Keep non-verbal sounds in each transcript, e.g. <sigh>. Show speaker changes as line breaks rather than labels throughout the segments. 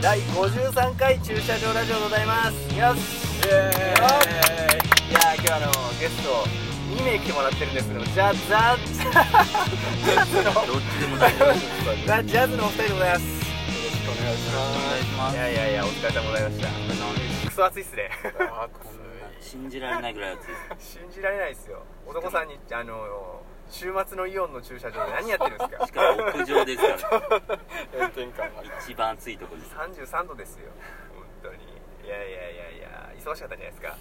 第53回駐車場ラジオでございますよし
イエーイ
いやー今日はあのゲスト2名来てもらってるんですけどじゃザ・ジャズの
どっちでも大丈夫です
ザ・ジャズのお二人でございます
よろしくお願いします
いやいやいやお疲れ様でございましたクソ暑いっすね
あくす
信じられないぐらい暑いで
<laughs>
す
信じられないですよ男さん <laughs> にあの週末のイオンの駐車場で何やってるん <laughs> ですか
しかも屋上ですからね
い炎天下の
一番暑いとこです
33度ですよ本当にいやいやいやいや忙しかったじゃないですか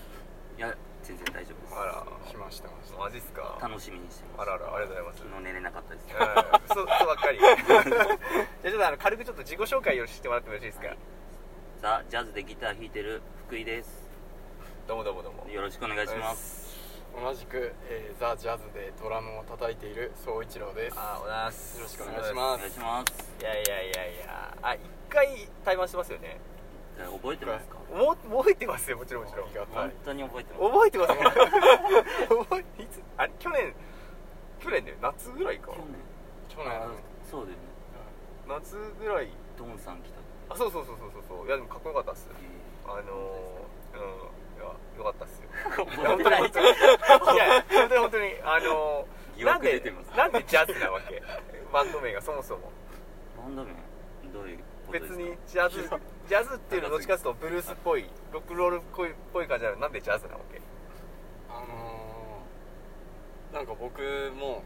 いや全然大丈夫です
あら
ましたまし
マジっすか
楽しみにしてま
あ
す
らあらありがとうござい
昨日寝れなかったです
ますうん嘘嘘ばっかりじゃあちょっとあの軽くちょっと自己紹介をしてもらってもよろしいですか、
はいザ・ジャズでギター弾いてる福井です
どうもどうもどうも
よろしくお願いします
同じく、えー、ザ・ジャズでドラムを叩いている総一郎です
あおはようございます
よろしくお願いし
お
ま
願い
す
します
いやいやいやいやあ一回対話してますよね
じゃあ覚えてますか
も覚えてますよもちろんもちろん
ありがた
本
い
当に覚えてます
覚えてますね覚えていつあれ去年去年だよ夏ぐらいか
去年
去
あ
年
そうだよね
夏ぐらい
ドンさん来た
あそうそうそうそうそうそういやでもかっこよかったっす
時
あのー、うんいやよかったっすよ
覚えてない
本当に本当にいや本当に本当にあのー、
疑
なん
惑
で
出てます
なんでジャズなわけバンド名がそもそも
バンド名どういうことです
別
か
にジャズジャズっていうのはどっちかっていうとブルースっぽいロックンロールっぽいっぽい感じなのになんでジャズなわけ
あのー、なんか僕も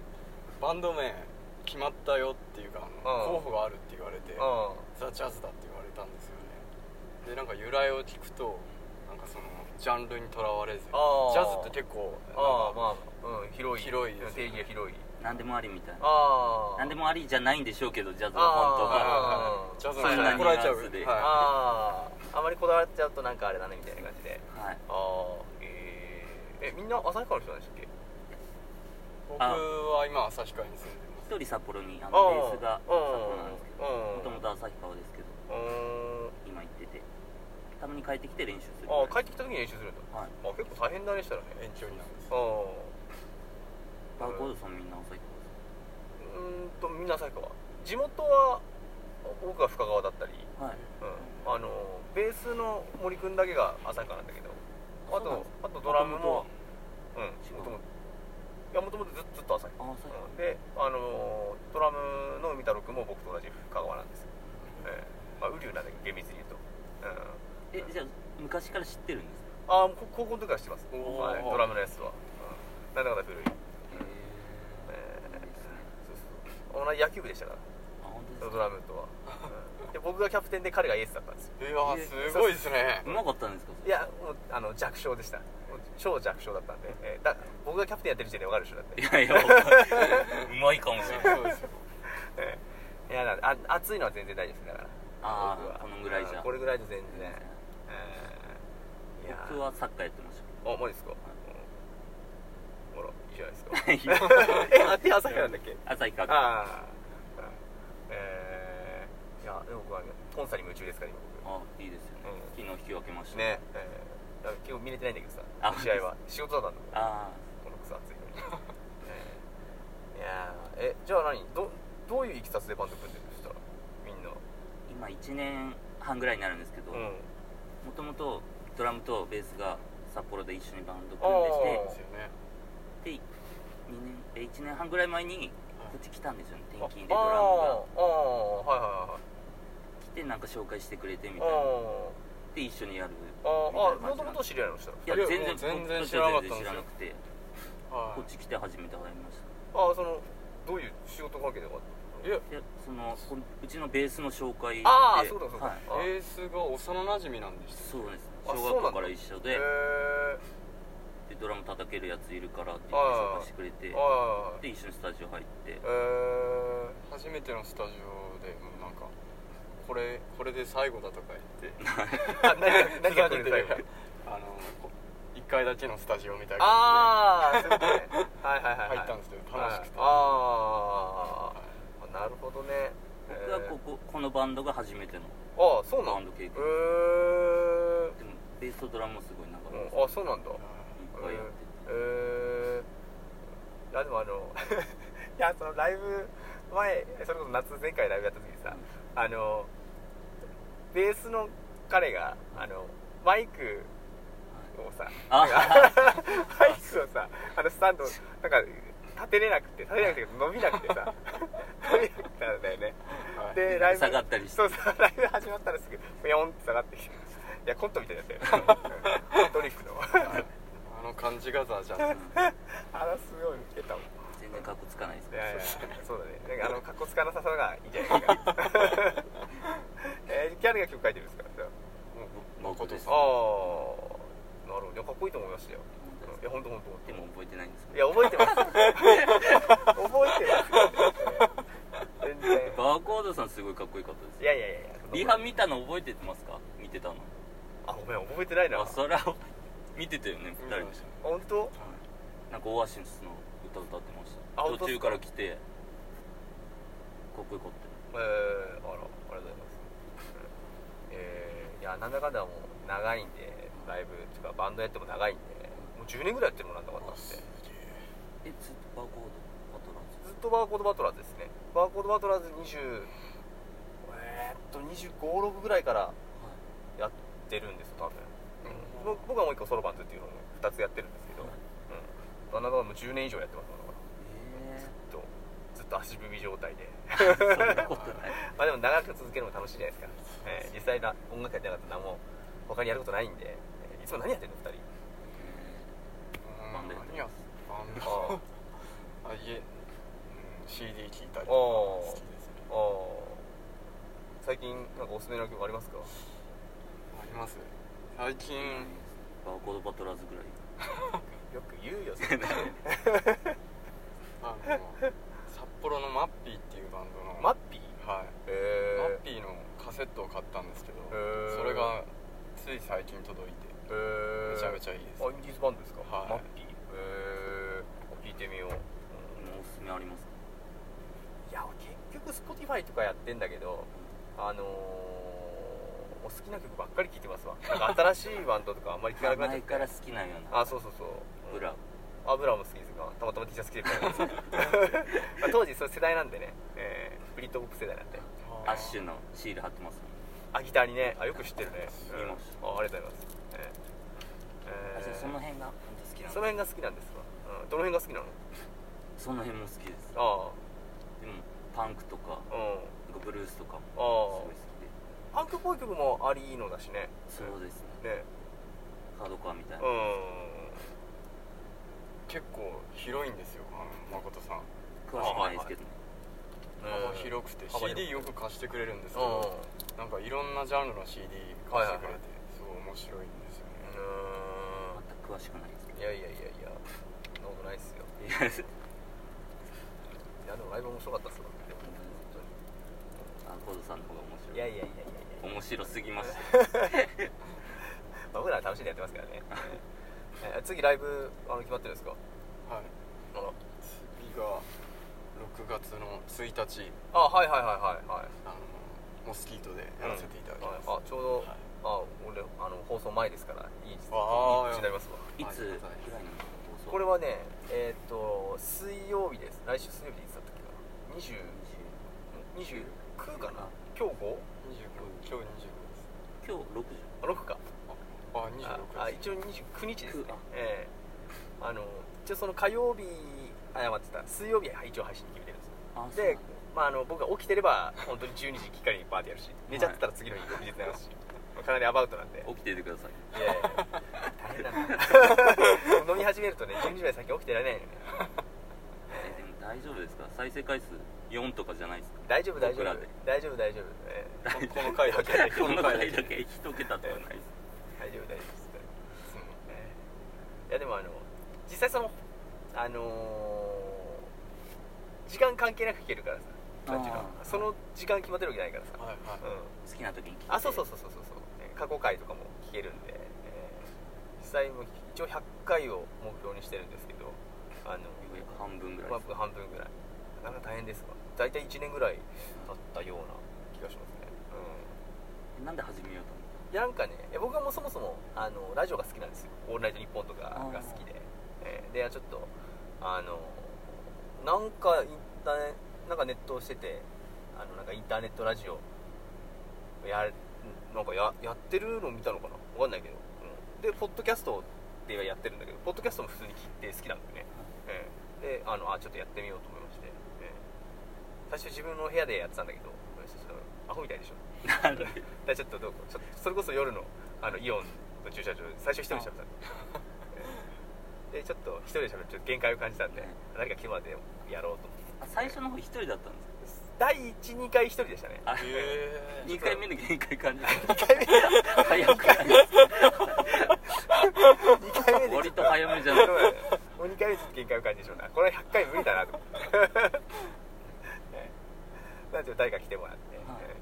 バンド名決まったよっていうかあ
う
の
ん
候補があるって言われて
うん
ザ・ジャズだって言われたんですよねでなんか由来を聞くとなんかそのジャンルにとらわれずジ
あー
ャズって結構なん
ああ
か
まあ、うん、広い
広いです
定
よね
義が広い
何でもありみたいな
ああ
何でもありじゃないんでしょうけどジャズは本当
あー
は
はいジャズの
そ
人
んな
に怒られちゃう
ニュアンスで
は
あああまりこだわっちゃうとなんかあれだねみたいな感じで
は
あ
い
あえー、えみんな旭川の人なんでしたっけ
い、僕は今旭川に住んでます
一人札幌にあ
あ
のベースが札幌なんですけどもともと旭川ですけど
うんうん
今行っててたまに帰ってきて練習する
ああ帰ってきた時に練習するんだ
はい
あ結構大変だねしたらね
延長になるんです
ああ
バーコードさんみんな遅いから
うーんとみんな旭川地元は僕が深川だったり、
はい
うん、あのベースの森くんだけが旭川なんだけどあ
そうなん
とあと
です
ドラムもう
元
ん
違う
もともといやもともとずずっと旭川
々あそう
うんで、あのードラムの海太郎君も僕と同じ深川なんですよ、ええまあ、雨竜なんだけど厳密に言うと、うん、
えじゃあ昔から知ってるんですか
ああ高校の時から知ってます、
お
は
ー
い、ドラムのやつは、うん、なんだかんだ古い、ええ
いい
そう
ですね
そうそう同じ野球部でしたか
あ本当
ら
です
ド
か
ラムとは、う
<laughs>
んで僕がキャプテンで彼がエースだったんですよ
うわすごいですね
うまかったんですかそ
い
れ
やもうあの弱小でしたもう超弱小だったんで、ええだ僕がキャプテンやってる時点で分かるでしょだって
いやいやうまいかもしれない
そうですよ
ええいやなんであ暑いのは全然大丈夫ですだから
あ
僕は
あこのぐらいじ
う
ゃ
んこれぐらいで全然いや
僕はサッカーやってまし
あマジですか、うん、ほらいいじゃないですか
<laughs> たけ
え
ど
あ手朝日なんだっけ
旭川あ
ああうんえー、いやでも僕はねトンサに夢中ですから今
いいですよ
う
ね
ん
昨日引き分けまし
僕
た
ねえー、だから結構見れてないんだけどさ
あ
試合は仕事だったんだもん
あ
この草暑いのに、 <laughs> えー、いやーえじゃあ何どどういういきさつでバンド組んでるんですかみんな
あ今1年半ぐらいになるんですけどもともとドラムとベースが札幌で一緒にバンド組んでして
ですよね
で2年え1年半ぐらい前にこっち来たんですよね
あ
転勤でドラムが
あーあーはいはいはい
来てなんか紹介してくれてみたいな
あ
で一緒にやる
あああ
みたいな感
も
じ
と
な
も
ん
と
です
知り合いの人なの
いや
いや
全然
もう全然
僕として
知らなか
は
った
全
んで
然
すよ
知らなくて
は
こっち来て初めて会いまし
ああそのどういう仕事関係でか
いいや
たでそのこんうちのベースの紹介で
あーそうだそうだ
はい
あ
ベースが幼馴染なんでした
そうです
あ
小
そうなん
学校
だ
から一緒
へ
で
え
でドラム叩けるやついるからって言って紹介してくれて
はい
で一緒にスタジオ入って
えー、
初めてのスタジオでもうなんかこれこれで最後だとか言って
あ何何が来るんだよ
ふざけてあのこ1回だけのスタジオみたいな感
ああそう <laughs> いうことねはいはいはいは
じで
い
入ったんですけど楽しくて、
あーあなるほどね
僕はこここのバンドが初めての
えーああそうな
バ
ん
ン
だ
ド経験
へえ
でもベースとドラムもすごいなんかいっ
ー、うんあそうなんだ
ぱいやってて
えー、いやでもあの <laughs> いやそのライブ前それこそ夏前回ライブやった時にさあのベースの彼があのマイクをさ
あ
なんかマイクをさあのスタンドなんか立てれなくて立てれなくて伸びなくてさ伸びなくてたんだよね
はい
でライブ
下がったりして
そうそうライブ始まったらすぐピョンって下がってきていやコントみたいだ <laughs> ったよねうんドリフの
あの感じがザじゃん
あのすごい見てたもん
全然格好つかないです
い
けど
やいやそうだねなんかあの格好つかなさそうがいいんじゃないですかえー、キャラが曲書いてるんですかじゃあ
誠さ
あ
ん
あなるほどいやかっこいいと思いましたよいや本当本
でも覚えてないんです
当
け
いや
ど
覚えてます <laughs> 覚えてますよ全然
バーコードさんすごいかっこよかったです
い
よ
やいやいや
リハ見たの覚えてますか見てたの
あごめん覚えてないな
あそら見てたよね2人で
本当
なんかオアシスの歌歌ってまし
あ
た
本当
途
っす
中
か
から来てかっこよかったよ
えー、あらありがとうございますえー、いやなんだかんだもう長いんでライブっていうかバンドやっても長いんでもう10年ぐらいやってるもんなんだかんだって
えずっとバーコードパトラン
ずっとバーコードバトラーズですねバーコードバトラーズ20えーっと256ぐらいから
ス
やってるんですよ多分、うんぼ僕はもう一個ソロバンズっていうのを2つやってるんですけど、うん、旦那がもう10年以上やってますもんだからずっとずっと足踏み状態で <laughs>
はい、えー、そんなことない
まあでも長く続けるのも楽しいじゃないですか、えー実際な音楽やってなかったら何も他にやることないんで、えーいつも何やってんの2人
<laughs>
バンドやって
何やバンド
あ
あ家、うん、CD 聴いたりとか
あー
好きですね
あー最近なんかおすすめの曲ありますか
あります最近
バーコードバトラーズぐらい
よく言うよそれ
あの札幌のマッピーっていうバンドの
<laughs> マッピー
はい
えー
マッピーのカセットを買ったんですけど、
へー
それがつい最近届いて
えー
めちゃめちゃいいです、
あインディーズバンドですか、
はい
マッピーえー、聞いてみよう、うん
今おすすめありますか
いや結局 Spotify とかやってんだけどあのー、お好きな曲ばっかり聴いてますわなんか新しいバンドとかあんまり聴かなくなっちゃ
前
っ
か
て
ら好きなような
あそうそうそう
ブラウ
あブラも好きですがたまたま T シャツ着てるからです
<laughs>
けどまあ当時そういう世代なんでね、えー、ブリッドポップ世代なんで
アッシュのシール貼ってますもん
あギターにねあよく知ってるね、
見まし
うんあありがとうございますえ
あじゃあ
ー
その辺が本当好きな
その
の
辺が好きなんですわ、うん、どの辺が好きなの
その辺も好きですでも
あ
パンクとか
あうん
なんかブルースとかもす
ああ
ごい好きで
パンクっぽい曲もありのだしね
そうですね
ね
ハードコアみたいな、
う
あ
結構広いんですよあの誠さん
詳しくないですけどね、
ん
幅広くて
幅広く
CD よく貸してくれるんですけ
うん
どなんかいろんなジャンルの CD 貸してくれて、すごい面白いんですよね、
全く詳しくないですけど
いやいやいやいやそんなことないっすよ
いや
いやでもライブ面白かったっすわ
あコードさんの方が面白
い
い
やいやいやいやいや
面白すぎました
まあ僕らは楽しんでやってます <laughs> からねえ次ライブあの決まってるんですか
はい
あら
次が6月の1日
あはいはいはいはいはい
あのモスキートでやらせていただきます、
あちょうど、
はい
あ俺あの放送前ですからいいいい
あー
時になりますわ
いつぐらいの放送
これはねえーっと水曜日です来週水曜日でいつだったっけな20 29かな今日5
25今日25です
今日6時
あ6か
あ26
あ
です
あ一応29日ですね
くあ
ええあの一応その火曜日あ謝ってた水曜日は一応配信に決めてるんです
あそう
で、まあ、あの僕が起きてれば本当に12時きっかりバーでやるし寝ちゃってたら次の日翌日になるし、かなりアバウトなんでい
起きていてください
やいや大変なんだ <laughs> 飲み始めるとね12時まで先起きてられないのね
えでも大丈夫ですか再生回数4とかじゃないですか
大丈夫大丈夫
僕らで
大丈夫大丈夫、ええ
ここの回だけ
<laughs> この回だけ一桁とかないです
大丈夫大丈夫です、ええいやでもあの実際そのあのー時間関係なく聞けるからさなんていうか
あー
その時間決まってるわけじゃないからさ、
はいはい、
うん
好きな時に聞いて
あそうそうそうそうそうそうえー過去回とかも聞けるんで、えー実際もう一応100回を目標にしてるんですけどあの
約半分ぐらい
まあ
です
僕半分ぐらいなかなか大変ですわ大体1年ぐらい経ったような気がしますね
なんで始めようと思っ
うんいやなんかねいや僕はもうそもそもあのラジオが好きなんですよ「オールナイトニッポン」とかが好きで、えーでちょっとあのなんかインターネなんかネットをしててあのなんかインターネットラジオやるなんかややってるの見たのかな分かんないけど、うん、でポッドキャストでやってるんだけどポッドキャストも普通に聞いて好きなんだよね、ええであのあちょっとやってみようと思いまして、ええ最初自分の部屋でやってたんだけどちょっとアホみたいでしょ
なんで
だからちょっとどうこうちょっとそれこそ夜のあのイオンの駐車場で最初一人で喋ったん <laughs> ででちょっと一人で喋ってちょっと限界を感じたんで
うん
何か来るまでやろうと思って
あ最初の方一人だったんですか
第12回一人でしたね <laughs>
あ
え
2回目の限界感じ
回目
早くない
2回目で
割と早めじゃない
そうだねもう2回目ちょっと限界を感じてしまうなこれは100回無理だなと思って <laughs> ねなんで誰か来てもらって、
はい
うん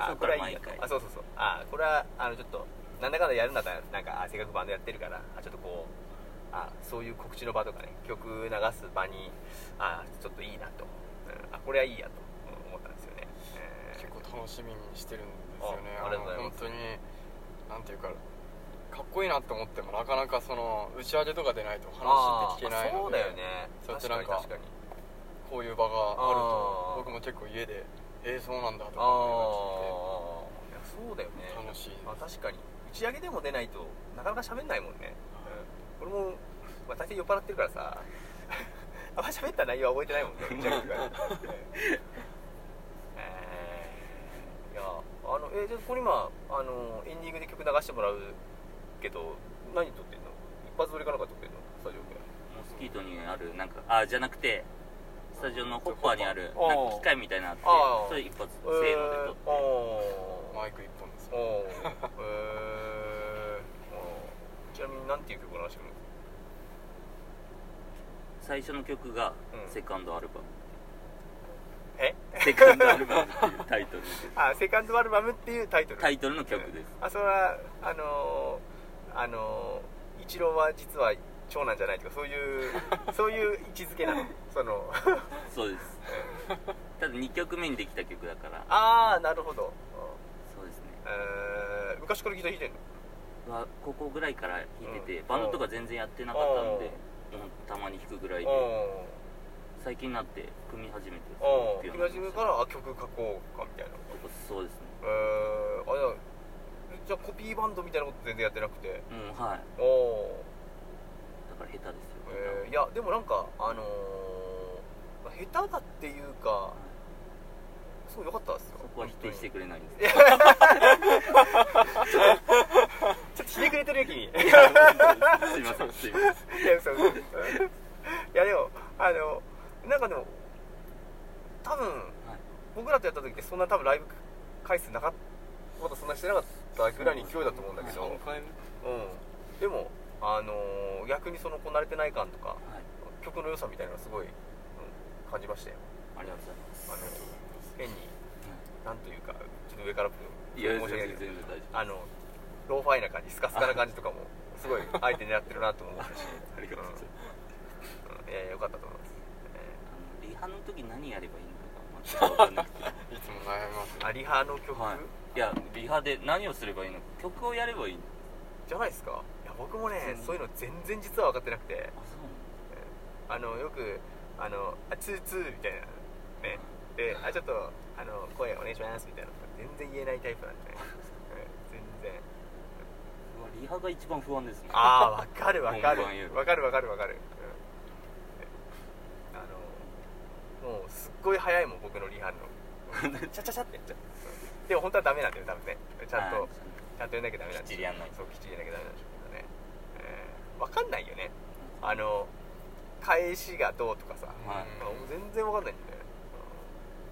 <laughs> あ
そこ
こ
か
れ
ら
はいい
毎
やと
回
あそうそうそうあこれはあのちょっとなんだかんだやるんだったらなんかあせっかくバンドやってるからあちょっとこうあそういう告知の場とかね曲流す場にあちょっといいなと、うんあこれはいいやとうん思ったんですよね、えー
結構楽しみにしてるんですよね
あありがとうございます
の本当になんていうかかっこいいなと思ってもなかなかその打ち上げとかでないと話って聞けないので
あーそうだよね
そうやっ
確
てな
か
ん
に
か
確かに
こういう場があると
あー
僕も結構家でえー、そうなんだと
あ
か思
あいやそうだよ
い
ね
ながら聞いて楽しい
まあ、確かに打ち上げでも出ないとなかなか喋んないもんね、うん、俺も、まあ、大体酔っ払ってるからさ <laughs> あんま喋った内容は覚えて <laughs> ないもんね打ち上げとからえーいやあのえーじゃあこれ今あのエンディングで曲流してもらうけど何撮ってんの一発撮りかなんか撮ってんのスタジオで
モスキートにあるなんかあじゃなくてスタジオのホッパーにある
ホッパー
なんか機械みたいなのあって
あー
それ一発せーので撮って、
あ
マイク一本です
あ
よ
おーえーあーちなみに何ていう曲流してくるの
最初の曲が
うん
セカンドアルバム、
え
セカンドアルバムっていうタイトルです
<laughs> あセカンドアルバムっていうタイトル
タイトルの曲です
あそれはあのーあのー、一郎は実は長男じゃないとかそういう
<laughs>
そういう位置づけなのその
そうですただ2曲目にできた曲だから
ああなるほど、
そうですね
えー、昔からギター弾いてんの
は高校ぐらいから弾いてて、
うん
バンドとか全然やってなかったんで
うん
もうたまに弾くぐらいで
う
最近になって組み始めて
んうん始めからあ曲書こうかみたいな
そうですね
えー、あじゃあじゃあコピーバンドみたいなこと全然やってなくて
うんはい
おお
だから下手ですよ、
えーいやでもなんかあのー、下手だっていうかすごい良かったですよ
そこは否定してくれないんです
いやちょっとひねくれてるよ君い
いや本当にすいませんすいません
や嘘嘘いやでもあのなんかでも多分、僕らとやった時ってそんな多分ライブ回数なかったことそんなしてなかったぐらいに勢いだと思うんだけど、
3回目
うん、でもあのー逆にそのこなれてない感とか
はい
曲の良さみたいなのすごい、うん感じましたよ
ありがとうございます
あの変になんというかちょっと上から
いや
申
全
し訳ないけど
然全然大丈夫
あのローファイな感じスカスカな感じとかもすごいあえて狙ってるなと思うし、
<laughs> ありがとうございます
うんいやいや良かったと思います、
あのリハの時何やればいいのかがまだ分かんなくて
いつも悩みます
えーアリハの曲、
はいいやリハで何をすればいいの曲をやればいいの
じゃないですかいや僕もね、
うん
そういうの全然実は分かってなくて
あそ
あのよくあのあツーツーみたいなねであちょっとあの声お願いしますみたいな全然言えないタイプなんで、ね、うん全然
うなのうわリハが一番不安ですね
ああわかるわかる
本番より
わかるわかるわかる、うんあのもうすっごい早いもん僕のリハ
<laughs>
のチャチャチャってやっちゃううんでも本当はダメなんだよ多分ねちゃん
は
と
い
ちゃんとやんなきゃダメなんで
きっちりやんないと
そうきっちりやんなきゃダメなんでしょうけどね、えー、わかんないよねあの返しがどうとかさ、
はい
あもう全然わかんないんだよね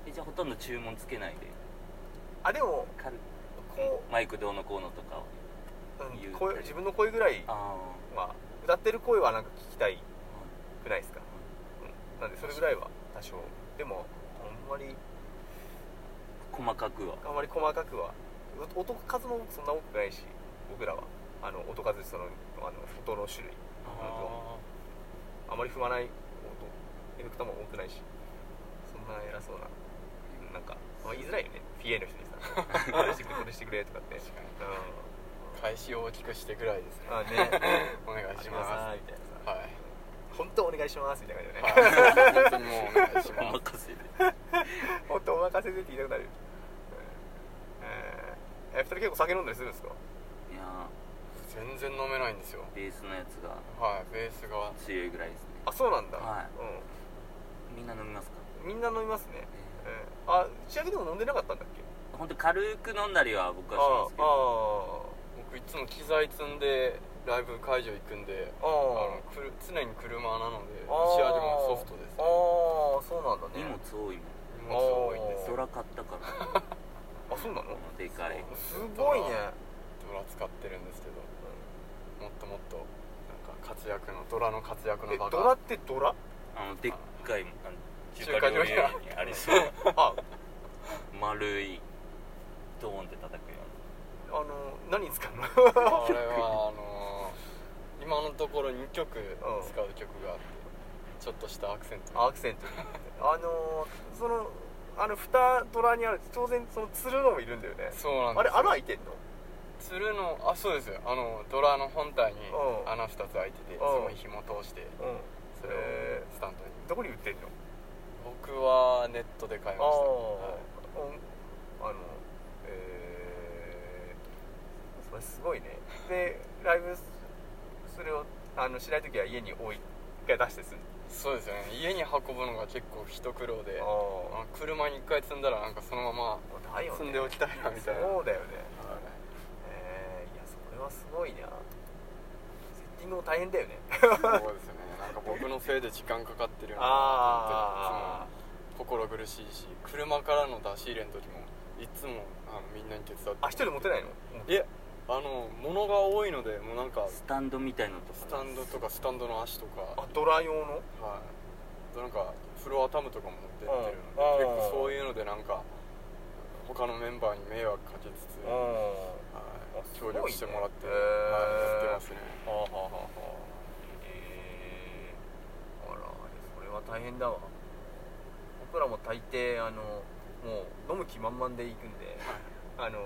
えじゃあほとんど注文つけないで
うんあでも
軽く
こ
マイクどうのこうのとかを
う、うん
言う
声自分の声ぐらい
あ
まあ歌ってる声はなんか聞きたい
あ
くないですか、うん、なんでそれぐらいは多少でもあんまり
細か <laughs> くは
あんまり細かくはう音数もそんな多くないし僕らはあの音数そのあの音の種類
あ
あまり踏まない音エフェクターも多くないしそんな偉そうななんか、まあ、言いづらいよね PA の人にさ「これしてくれこれしてくれ」とかって
確かに
う
返しを大きくしてぐらいですね
んあね
お願い
あ
し
り
ま
ますみたいな
す
さ
はい
「本当お願いします」みたいな感じでね
はい <laughs> 本当にもうお願いし
お
ます
任せで
本当お任せでって言いたくなる、うんえー、2人結結構酒飲んだりするんですか
いや
全然飲めないんですよ
ーベースのやつが
はいベースが
強いぐらいですね
あそうなんだ、
はいみんな飲みますか、
うん、みんな飲みますね、
え
えー、あ打ち上げでも飲んでなかったんだっけ
ー、本当軽く飲んだりは僕
あ
はしますけど
僕いつも機材積んでライブ会場行くんで
あーあー
あのくる常に車なので
あー
打ち上げもソフトです
ああそうなんだね
荷物多いもん
荷物多いんです
あー
よ
ドラ買ったから
あそうなの
このでかい
すごいね
ドラ使ってるんですけどもっともっとなんか活躍のドラの活躍の
え
場が
ドラってドラ
あのでっかいあの
中華料理屋
にありそうな
あ
丸い
ドーンって叩くよ
あの何に使うの
あれはあのー今のところ2曲使う曲があってちょっと <laughs> したアクセント
アクセントあのーそのあの蓋ドラにある当然そのつるのもいるんだよね
そうなんです
あれ穴開いてんの
つるのあそうですよあのドラの本体に
うん
穴2つ開いてて
ん
そこに紐通して
うん
それ
へ
をスタンドに
どこに売ってんの
僕はネットで買いました、は
あ、うんあのえー、それすごいねでライブそれをあのしない時は家に置い一回出してする
い、そうですよね家に運ぶのが結構一苦労で
あ
あ車に1回積んだらなんかそのまま
あだよね
積んでおきたいなみたいな、
そうだよね
はい
えー、いやそれはすごいなセッティングも大変だよね
そうですよねなんか僕のせいで時間かかってるよな
あ
と思っていつも心苦しいし車からの出し入れの時もいつもあのみんなに手伝って
あ一人持てないの
いやあの物が多いのでもうなんか
スタンドみたいのとか
スタンドとかスタンドの足とか
あドラ用の
はいなんかフロアタムとかも持ってってるので
うん
結構そういうのでなんか他のメンバーに迷惑かけつつ、はい
あすごい
協
ね
力してもらって、
へー
はい、やってますね
はあはあはあはあえー、あらそれは大変だわ僕らも大抵あのもう飲む気満々で行くんであの、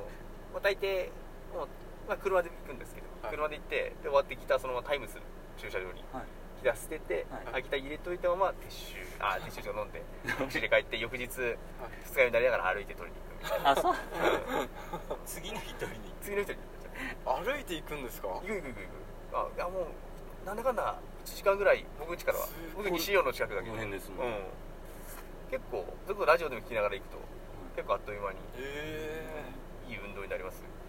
まあ、大抵もう、まあ、車で行くんですけど、
はい
車で行ってで終わってギターそのままタイムする駐車場に
はい
ギター捨てて、
は
あ
い
ギター入れといたまま撤収あ撤収とか飲んで翌日で帰って翌日2日目になりながら歩いて取りに行くみたい
あそう
なうん
次の人に
次の人に
<laughs> 歩いていくんですか
行く行く行く行くあいやもうなんだかんだ1時間ぐらい僕ん家からは
すごい
僕西洋の近くだけ
この辺ですもん
うん、結構それこそラジオでも聞きながら行くと結構あっという間に
え
いい運動になりますよ、うん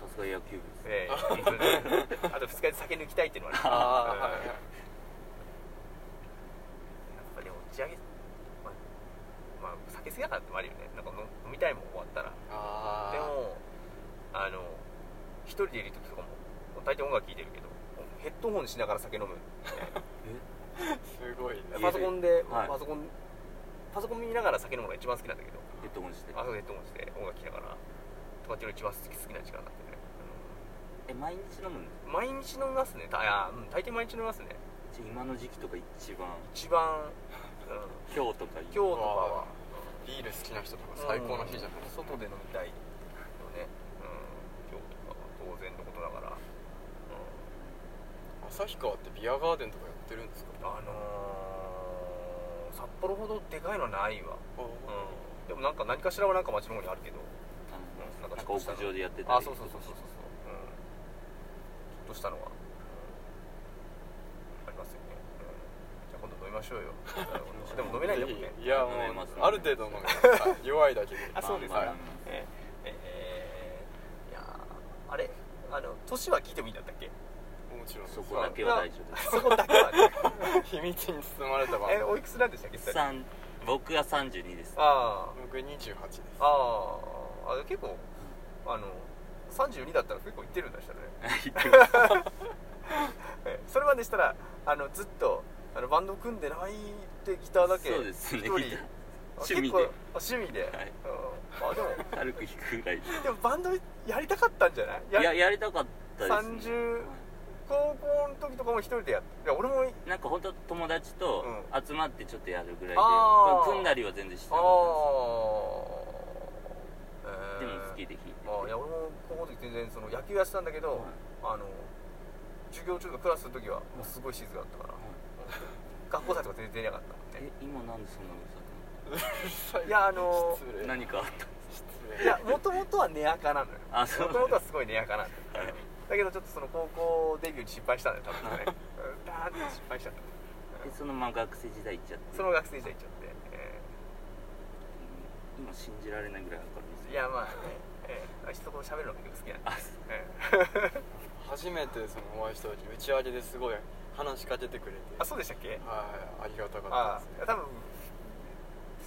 さすが野球部です
ええそれであと2日で酒抜きたいっていうの
ー、あ
は
あ
あ
はい
る、やっぱでも打ち上げまあ、まあ、酒好きだからってのもあるよねなんか飲飲みたいもん終わったら
あ
でもあの一人でいる時とかも大抵音楽聴いてるけどヘッドホンしながら酒飲む
ーすごいね
で
パソコンで、
はい
パソコンパソコン見ながら酒飲むのが一番好きなんだけど
ヘッドホンして
あそうヘッドホンして音楽聴きながらとかっていうのが一番好き好きな時間だったよね、
え毎日飲むんで
うん毎日飲みますねたいや、うん、大抵毎日飲みますね
すじゃあ今の時期とか一番
一番、うん、
今日とか
今日とかは
ビール好きな人とか最高の日じゃないですか、
外で飲みたいよね、うん、今日とかは当然のことながら、うん
旭川ってビアガーデンとかやってるんですか
あのー、札幌ほどでかいのはないわ、うん、でもなんか何かしらはなんか街の方にあるけど、
あ
な
の
んか
なん
ちょっ
か
とした
屋上でやってた
あ
り
そうそうそうそうそうそう、うん、ちょっとしたのは、うんありますよね、うん、じゃあ今度飲みましょうよでも飲めないんだ
<laughs>
もんね
いやもう
飲めますね
ある程度飲め
<laughs>
ますはい弱いだけで
あそうです
はい
ねえええーいやーあれあの年は聞いてもいいんだったっけ
もちろんです
そこだけは大丈夫です
そこだけ
<laughs>
はね
秘密に包まれた番
えおいくつなんでしたっけ二人
三僕は32です
あー
僕28です
あーあ結構あの32だったら結構いってるんだしたらね
言ってます
えそれまでしたらあのずっとあのバンド組んでないってギターだけ
そうですね
一人
ギター
あ
趣味で
結構あ趣味で、
はい
うんあでも
軽く弾くぐらいで
でもバンドやりたかったんじゃない
いややりたかったです、ね、
30高校の時とかも一人でやっていや俺も
なんか本当友達と集まってちょっとやるぐらいで、
あー
組んだりは全然して
ああ
なかっ
えー
たですでも好きで弾いてて、
あいや俺も高校の時全然その野球やってたんだけど、
はい
あの授業中とかクラスの時はもうすごい静かだったから、学校祭とか全然出なかったもんね
え今なんでそんなこと
いやあの
失
<laughs>
礼
何かあっ
失礼
いやもともとは根アカなのよ
あそう
もともとはすごい根アカなのよだけどちょっとその高校デビューに失敗したんだよ多分
<laughs>
ねうんダーって失敗しちゃった
でそのまま学生時代行っちゃって
その学生時代行っちゃって、え
今信じられないぐらい明るいです
ー
ね
いやまあね、えー、人と喋るのが結構好きなんで、
あそう
え
初めてそのお会いした時打ち上げですごい話しかけてくれて
ーあ <laughs> そうでしたっけ
はいありがたか
あ
った
あ
です
多分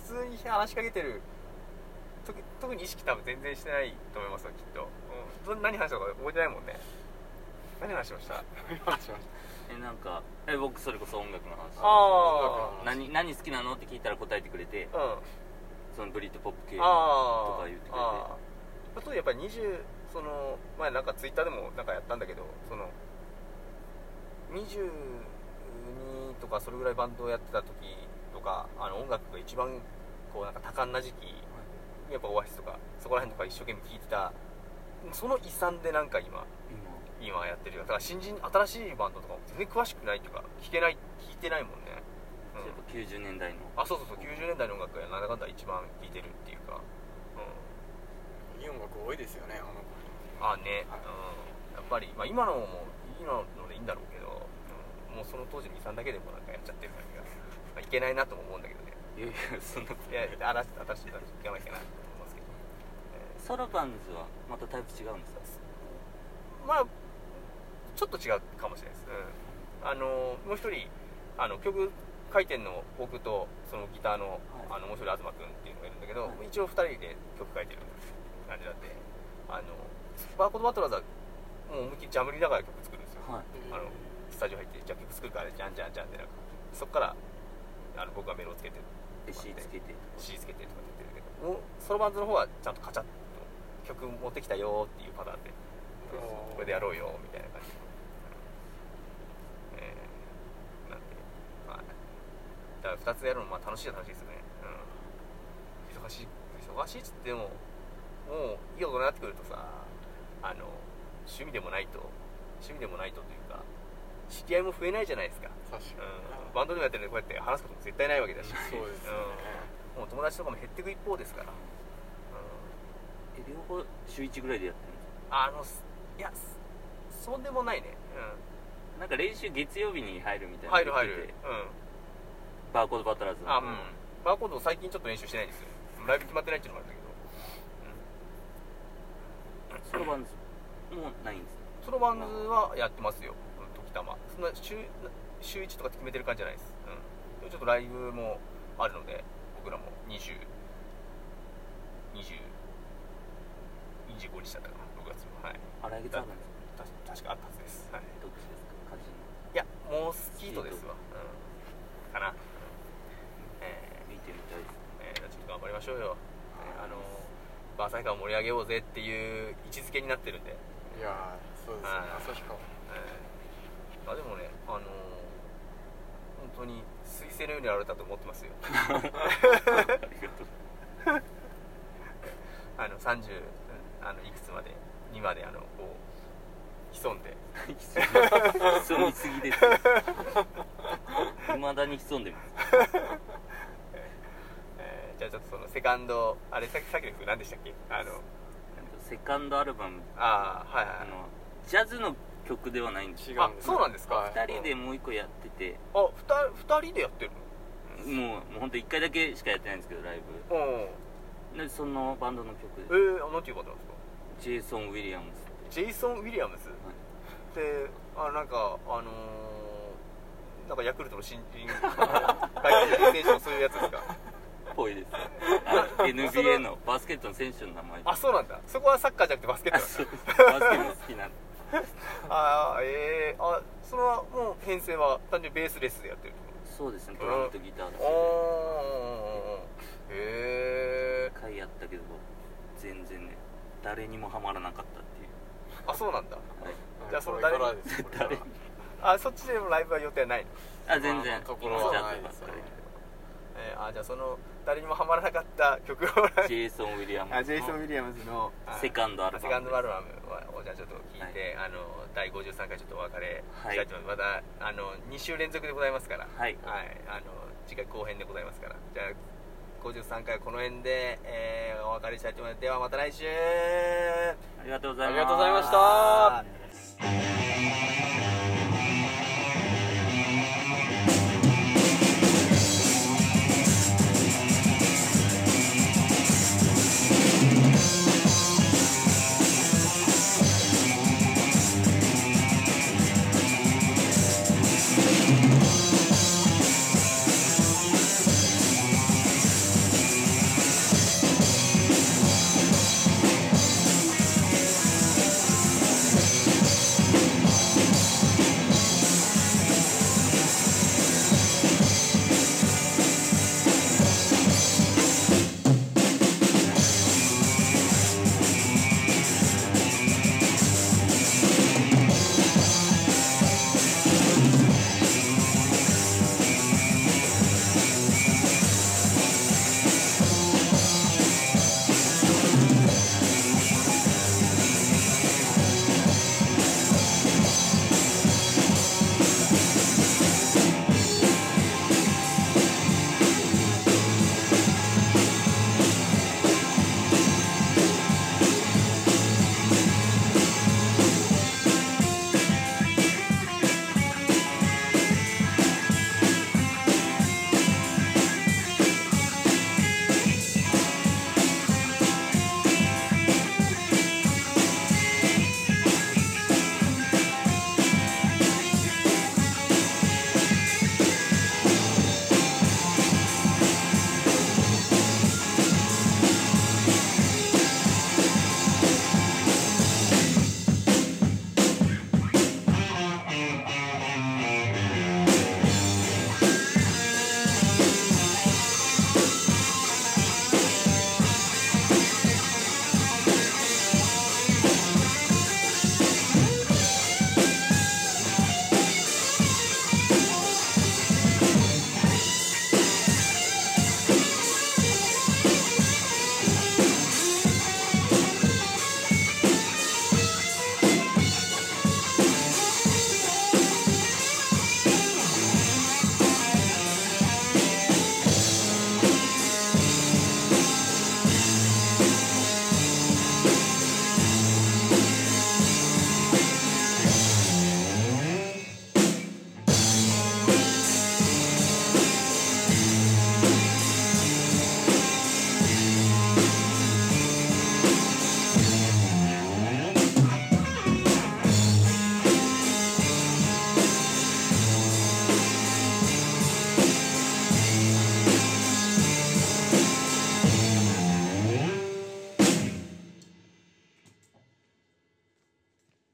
普通に話しかけてると特に意識多分全然してないと思いますよきっと、うん、ど何話したか覚えてないもんね何話しました
ね話しまし
えなんかえ僕それこそ音楽の話
あ
ー
何何好きなのって聞いたら答えてくれて
うんあ
そのブリッドポップ系
あ
とか言ってくれて
ああとやっぱり20その前なんかツイッターでもなんかやったんだけどその22とかそれぐらいバンドをやってた時とかあの音楽が一番こうなんか多感な時期やっぱオアシスとかそこら辺とか一生懸命聴いてたその遺産でなんか今
今
今やってるよだから新人新しいバンドとかも全然詳しくないっていうか聴けない聴いてないもんね、うん
やっぱ90年代の
あそうそうそう90年代の音楽がなんだかんだ一番聴いてるっていうかう
たいい音楽多いですよねあの子
んあね、
はい
うん、やっぱり、まあ、今のも今のでいいんだろうけど、うんもうその当時の遺産だけでもなんかやっちゃってる感じが、まあいけないなとも思うんだけどね
いやいやそんなこと
いや新し新しい新しい行かなきゃなと思いますけど、え
ソロバンズはまたタイプ違うんですか
ーまあちょっと違うかもしれないです、うん、あのもう一人あの曲書いてんの僕とそのギターの,、あ
はい
のもう一人東君っていうのがいるんだけど、
はい
一応二人で曲書いてる感じなんであのバーコードバトラーズはもう思いっきりジャムリだから曲作るんですよ、
はい
あのスタジオ入ってじゃあ曲作るからじゃんじゃんじゃんってなんかそっからあの僕がメロをつけて
で C つけて
C つけてとかって言ってるけどもうソロバンズの方はちゃんとカチャッと曲持ってきたよーっていうパターンでこれでやろうよみたいな感じえー、なんでまあだから2つやるのまあ楽しいは楽しいですよね、うん、忙しい忙しいっつってももういい大人になってくるとさあの趣味でもないと趣味でもないとというか知り合いも増えないじゃないですか、
確か
うん、バンドでもやってるのにこうやって話すことも絶対ないわけだし、
にそうですよね
うん、もう友達とかも減っていく一方ですから、うん
え両方週1ぐらいでやってるんです
あのすいやすそうでもないね、
かなんか練習月曜日に入るみ
う
たい
ん、
な
入る入るう
言ってて、バーコードバトラーズ
ん、
の
あうんバーコード最近ちょっと練習してないんですよライブ決まってないっていうのもあるんだ
ソロバンズもうないんですね
けどソロバンズはやってますよ、うん、時たまそんな週週1とかって決めてる感じじゃないです、うん、でもちょっとライブもあるので僕らも2020 25日だったかな6月もはい
あ来月あるんで
確
すか
確かあったはずです、はい、
どっちですかカジノ
いやもうスキートですわ、うん、かな、うんえー
見てみたいです
えーちょっと頑張りましょうよ、えーあのーバーサイカーを盛り上げようぜっていう位置づけになってるんで、
にいやーそうですね
はい
旭川
えーあでもねあのー本当に彗星のように現れたと思ってますよ <laughs>
ありがとう
あの30うんあのいくつまでにまであのこう潜んで
<laughs> 潜みすぎですいまだに潜んでます
えーじゃあちょっとそのセカンドあれさっきさっきの曲何でしたっけあの
なんかセカンドアルバム
ああはい
あ
はい
のジャズの曲ではないんです
違
よ
あ
うんです
そうなんですか
はい
2人でもう一個やってて
あ二人二人でやってる
もうもうほんと1回だけしかやってないんですけどライ
のうん
ブでそのバンドの曲
えー、なんていう方なんですか
ジェイソン・ウィリアムス
ジェイソン・ウィリアムズであなんかあのー、なんかヤクルトの新人外国人選手のそういうやつですか
<laughs> っぽいですあ NBA のバスケットの選手の名前
あそうなんだそこはサッカーじゃなくてバスケット
あ
なんだ
そうですバスケも好きなんで
あーえー、あそれはもう編成は単純にベースレスでやってる
そうですねドラムとギターで
おおへえ
1回やったけど全然ね誰にもハマらなかったっていう
ー、あそうなんだ
はい
じゃあその
こ
<laughs>
れ
誰
からですこれから
誰
あそっちでもライブは予定はないの
あ全
まあ
然
とこ
今
ろ
ジ
は
ャ
ない
ズば
で
っ
す
か
よね
えー、あじゃあその誰にもハマらなかった曲を <laughs>
りジェイソン・ウィリアムスの
あジェイソン・ウィリアムズのあ
セカンドアルバム
セカンドアルバムをじゃあちょっと聞いて、あの第53回ちょっとお別れしたいと思います、またあの2週連続でございますから
はい
はいあの次回後編でございますからじゃあ53回はこの辺で、えーお別れしたいと思いますではまた来週
ありがとうござい
あ
ます
りがとうございまし
あ
た
ー